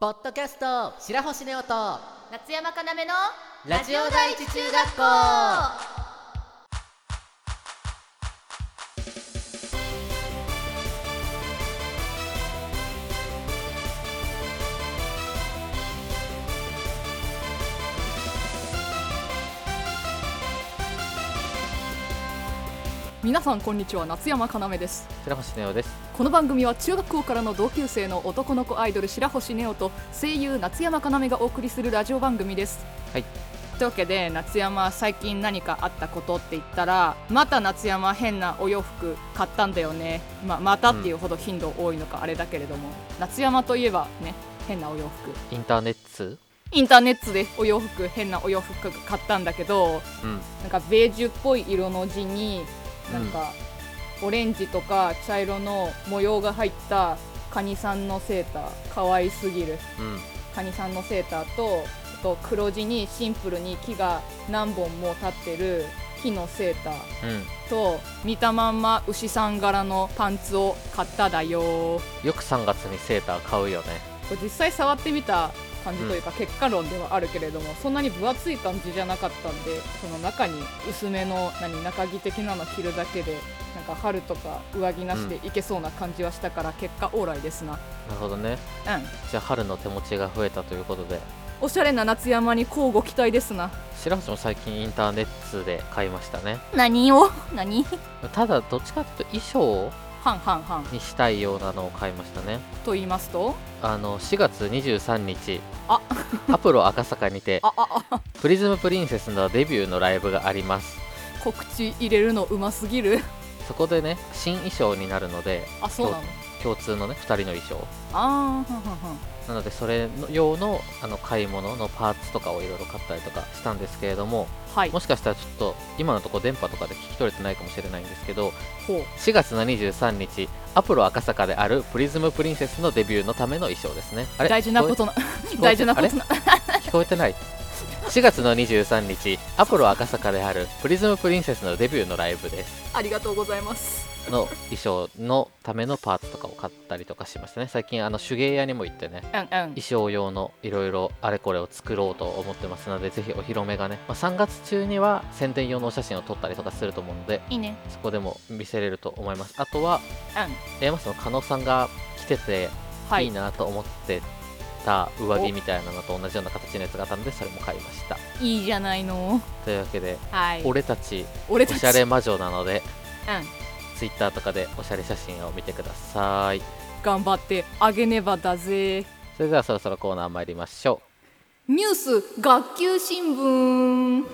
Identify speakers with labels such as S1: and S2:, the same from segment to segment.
S1: ポッドキャスト白星ネオと
S2: 夏山かなめの
S1: ラジオ第一中学校
S3: 皆さんこんにちは夏山かなめです
S4: 白星ネオです。
S3: この番組は中学校からの同級生の男の子アイドル白星ネオと声優夏山かなめがお送りするラジオ番組です
S4: はい
S3: というわけで夏山最近何かあったことって言ったらまた夏山変なお洋服買ったんだよねまあまたっていうほど頻度多いのかあれだけれども、夏山といえばね変なお洋服
S4: インターネット。
S3: インターネットでお洋服変なお洋服買ったんだけど
S4: うん。
S3: なんかベージュっぽい色の字になんか、オレンジとか茶色の模様が入ったカニさんのセーターかわいすぎる
S4: うん。
S3: カニさんのセーターとあと黒地にシンプルに木が何本も立ってる木のセーター
S4: う
S3: と見たまんま牛さん柄のパンツを買っただよ
S4: ん。よく3月にセーター買うよね。
S3: これ実際触ってみた感じというか結果論ではあるけれども、そんなに分厚い感じじゃなかったんでその中に薄めの何中着的なの着るだけでなんか春とか上着なしでいけそうな感じはしたから、結果オーライですな、
S4: なるほどね。
S3: うん、
S4: じゃあ春の手持ちが増えたということで。
S3: おしゃれな夏山に交互期待ですな
S4: 白星も最近インターネットで買いましたね。
S2: 何を何
S4: ただどっちかというと衣
S3: 半半半
S4: 装にしたいようなのを買いましたね。
S3: と言いますと
S4: あの4月23日
S3: あ
S4: アプロ赤坂にて
S3: あああ
S4: プリズムプリンセスのデビューのライブがあります
S3: 告知入れるのうますぎる
S4: そこでね新衣装になるので
S3: あそうなの
S4: 共通のね2人の衣装
S3: ああはんはんはん
S4: なのでそれの用のあの買い物のパーツとかをいろいろ買ったりとかしたんですけれども
S3: はい
S4: もしかしたらちょっと今のところ電波とかで聞き取れてないかもしれないんですけど
S3: ほう
S4: 4月の23日アプロ赤坂であるプリズムプリンセスのデビューのための衣装ですねあれ
S3: 大事なことな大事なことな
S4: 聞こえてない4月の23日アプロ赤坂であるプリズムプリンセスのデビューのライブです
S3: ありがとうございます
S4: の衣装のためのパーツとかを買ったりとかしましたね最近あの手芸屋にも行ってね
S3: うんうん
S4: 衣装用のいろいろあれこれを作ろうと思ってますのでぜひお披露目がね、まあ、3月中には宣伝用のお写真を撮ったりとかすると思うので
S2: いいね
S4: そこでも見せれると思いますあとは
S3: うん
S4: エマスの加納さんが着てて
S3: はい
S4: いいなと思ってた上着みたいなのと同じような形のやつがあったのでそれも買いました
S3: いいじゃないの
S4: というわけで
S3: はい
S4: 俺たち
S3: 俺
S4: お
S3: たち
S4: しゃれ魔女なので
S3: うん、
S4: Twitter とかでおしゃれ写真を見てください
S3: 頑張ってあげねばだぜ
S4: それではそろそろコーナー参りましょ
S3: ニュース学級新聞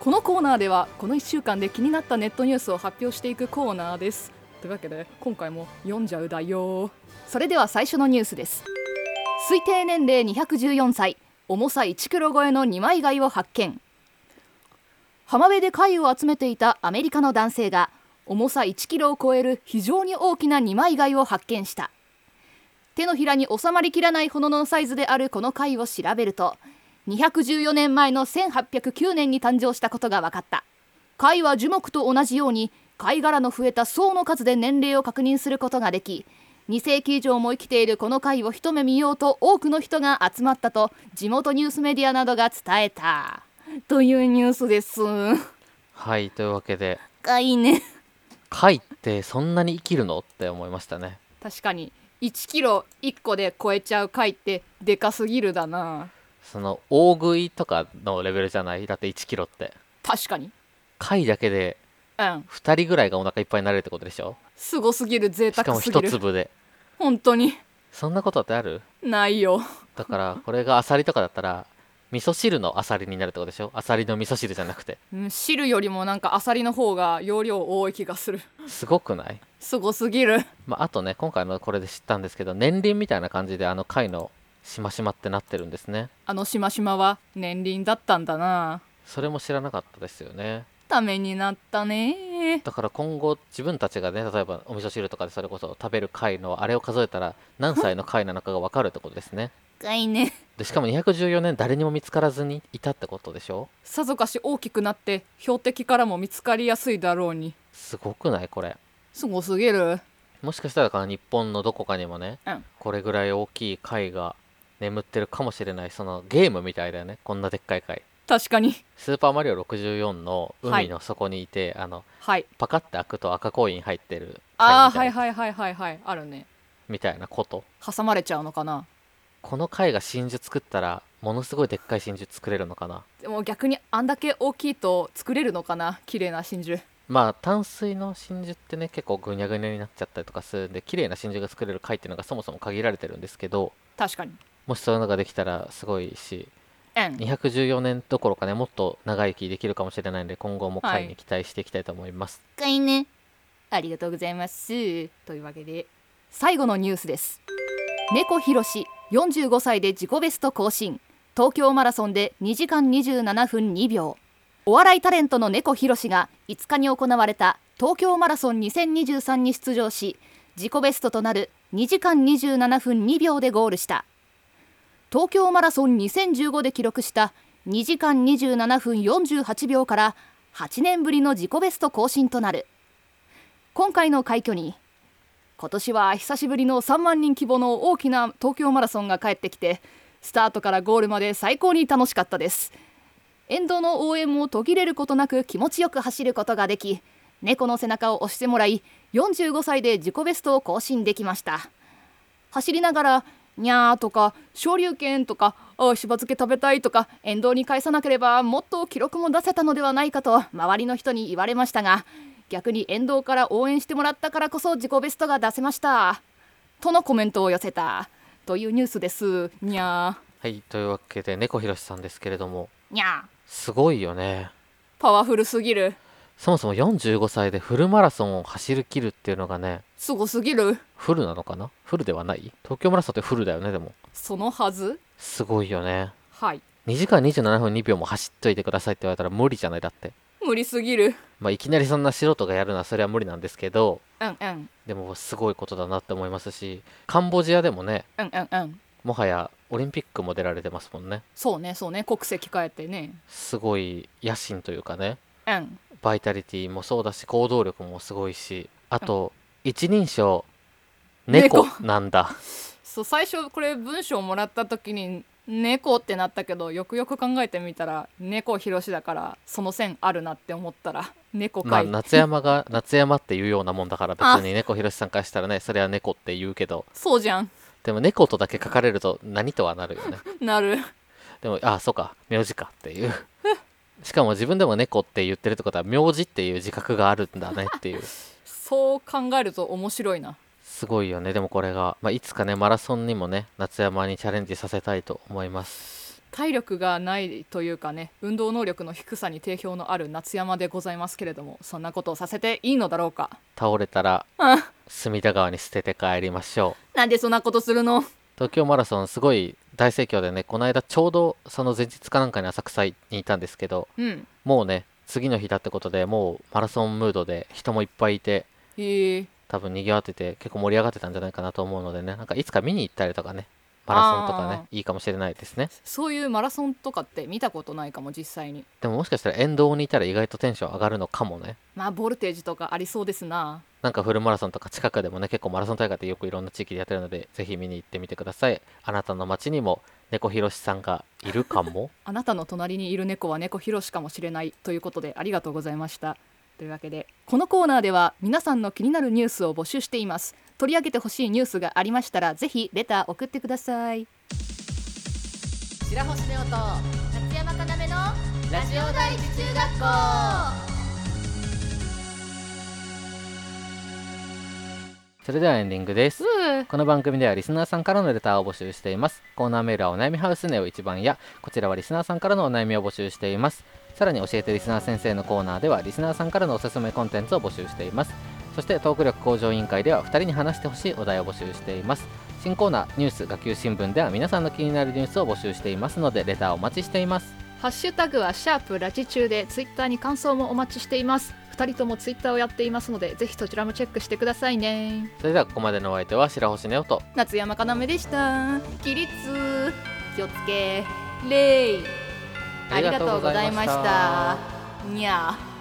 S3: このコーナーではこの1週間で気になったネットニュースを発表していくコーナーですというわけで今回も読んじゃうだよそれでは最初のニュースです推定年齢214歳重さ1キロ超えの二枚貝を発見浜辺で貝を集めていたアメリカの男性が重さ1キロを超える非常に大きな二枚貝を発見した手のひらに収まりきらないほどのサイズであるこの貝を調べると214年前の1809年に誕生したことが分かった貝は樹木と同じように貝殻の増えた層の数で年齢を確認することができ2世紀以上も生きているこの貝を一目見ようと多くの人が集まったと地元ニュースメディアなどが伝えたというニュースです。
S4: うはいというわけで
S2: がいいね
S4: 貝ってそんなに生きるのって思いましたね
S3: 確かに1キロ1個で超えちゃう貝ってでかすぎるだな
S4: その大食いとかのレベルじゃないだって1キロって
S3: 確かに
S4: 貝だけで
S3: うん
S4: 2人ぐらいがお腹いっぱいになれるってことでしょ
S3: すごすぎる贅
S4: しか
S3: 沢
S4: も
S3: すぎ
S4: 1
S3: る
S4: 粒で
S3: 本当に
S4: そんなことってある
S3: ないよ
S4: だ からこれがアサリとかだったら味噌汁のアサリになるってことでしょアサリの味噌汁じゃなくて
S3: うん汁よりもなんかアサリの方が容量多い気がする
S4: すごくない、
S3: すごすぎる
S4: まあ、あとね今回のこれで知ったんですけど年輪みたいな感じであの貝のしましまってなってるんですね
S3: あのしましまは年輪だったんだな
S4: それも知らなかったですよね
S3: ためになったね
S4: だから今後自分たちがね例えばお味噌汁とかでそれこそ食べる貝のあれを数えたら何歳の貝なのかが分かるってことですね
S2: がいいね
S4: でしかも214年誰にも見つからずにいたってことでしょ
S3: さぞかし大きくなって標的からも見つかりやすいだろうに
S4: すごくないこれ
S3: すごすぎる
S4: もしかしたらだから日本のどこかにもね、
S3: うん
S4: これぐらい大きい貝が眠ってるかもしれないそのゲームみたいだよねこんなでっかい貝
S3: 確かに
S4: スーパーマリオ64の
S3: は
S4: 海
S3: い
S4: の底にいて、あの
S3: はい
S4: パカッて開くと赤コイン入ってる貝
S3: あ
S4: み
S3: ー
S4: た,、
S3: はいいはいはいはいはいあるね
S4: みたいなこと
S3: 挟まれちゃうのかな
S4: この貝が真珠作ったらものすごいでっかい真珠作れるのかな
S3: でも逆にあんだけ大きいと作れるのかな綺麗な真珠
S4: まあ淡水の真珠ってね結構ぐにゃぐにゃになっちゃったりとかするんで綺麗な真珠が作れる貝っていうのがそもそも限られてるんですけど
S3: 確かに
S4: もしそういうのができたらすごいし
S3: うん
S4: 214年どころかねもっと長生きできるかもしれないんで今後も
S3: はい
S4: 貝に期待していきたいと思います、
S2: かいね
S3: ありがとうございますというわけで最後のニュースです猫ひろし45歳で自己ベスト更新東京マラソンで2時間27分2秒お笑いタレントの猫ひろしが5日に行われた東京マラソン2023に出場し自己ベストとなる2時間27分2秒でゴールした東京マラソン2015で記録した2時間27分48秒から8年ぶりの自己ベスト更新となる今回の快挙に今年は久しぶりの3万人規模の大きな東京マラソンが帰ってきてスタートからゴールまで最高に楽しかったです沿道の応援も途切れることなく気持ちよく走ることができ猫の背中を押してもらい45歳で自己ベストを更新できました走りながら「にゃー」とか「昇竜拳」とか「あしば漬け食べたい」とか沿道に返さなければもっと記録も出せたのではないかと周りの人に言われましたが逆に沿道から応援してもらったからこそ自己ベストが出せましたとのコメントを寄せたというニュースですにゃ
S4: はいというわけで猫ひろしさんですけれども
S2: にゃー
S4: すごいよね
S3: ーパワフルすぎる
S4: そもそも45歳でフルマラソンを走り切るっていうのがね
S3: すごすぎる
S4: フルなのかなフルではない東京マラソンってフルだよねでも
S3: そのはず
S4: すごいよね
S3: はい
S4: 2時間27分2秒も走っといてくださいって言われたら無理じゃないだって、
S3: 無理すぎる
S4: まあ、いきなりそんな素人がやるのはそれは無理なんですけど
S3: うんうん
S4: でもすごいことだなって思いますしカンボジアでもね
S3: うんうんうん
S4: もはやオリンピックも出られてますもんね
S3: そうねそうね国籍変えてね
S4: すごい野心というかね
S3: うん
S4: バイタリティもそうだし行動力もすごいしあと一人称
S3: 猫
S4: 猫な んだ
S3: そう最初これ文章もらった時に「猫」ってなったけどよくよく考えてみたら「猫ひろし」だからその線あるなって思ったら 「猫
S4: ま
S3: か
S4: あ
S3: い」
S4: 夏山が夏山っていうようなもんだから
S3: あ
S4: 別に猫ひろしさんからしたらねそれは猫って言うけど
S3: そうじゃん
S4: でも猫とだけ書かれると何とはなるよね
S3: なる
S4: でもあそうか名字かっていう しかも自分でも猫って言ってるってことは名字っていう自覚があるんだねっていう
S3: そう考えると面白いな
S4: すごいよねでもこれが、まあ、いつかねマラソンにもね夏山にチャレンジさせたいと思います
S3: 体力がないというかね運動能力の低さに定評のある夏山でございますけれどもそんなことをさせていいのだろうか
S4: 倒れたら
S3: あ
S4: 隅田川に捨てて帰りましょ う
S3: なんでそんなことするの
S4: 東京マラソンすごい大盛況でねこの間ちょうどその前日かなんかに浅草にいたんですけど
S3: うん
S4: もうね次の日だってことでもうマラソンムードで人もいっぱいいて
S3: へえ
S4: 多分賑わってて結構盛り上がってたんじゃないかなと思うのでねなんかいつか見に行ったりとかねマラソンとか
S3: あ
S4: ねいいかもしれないですね
S3: そういうマラソンとかって見たことないかも実際に
S4: でももしかしたら沿道にいたら意外とテンション上がるのかもね
S3: まあボルテージとかありそうですな
S4: なんかフルマラソンとか近くでもね結構マラソン大会ってよくいろんな地域でやってるのでぜひ見に行ってみてくださいあなたの街にも猫ひろしさんがいるかも
S3: あなたの隣にいる猫は猫ひろしかもしれないということでありがとうございました。というわけでこのコーナーでは皆さんの気になるニュースを募集しています。取り上げてほしいニュースがありましたらぜひレター送ってください。
S1: 白星ネオと
S2: 夏山かなめの
S1: ラジオ第一中学校
S4: それではエンディングですこの番組ではリスナーさんからのレターを募集していますコーナーメールはお悩みハウスネオ一番やこちらはリスナーさんからのお悩みを募集していますさらに教えてリスナー先生のコーナーではリスナーさんからのおすすめコンテンツを募集していますそしてトーク力向上委員会では2人に話してほしいお題を募集しています新コーナーニュース学級新聞では皆さんの気になるニュースを募集していますのでレターをお待ちしています
S3: ハッシュタグはシャープラジ中でツイッターに感想もお待ちしています。2人ともツイッターをやっていますのでぜひそちらもチェックしてくださいね。
S4: それではここまでのお相手は白星ネオと
S3: 夏山かなめでした。起立気をつけ礼ありがとうございました。にゃー。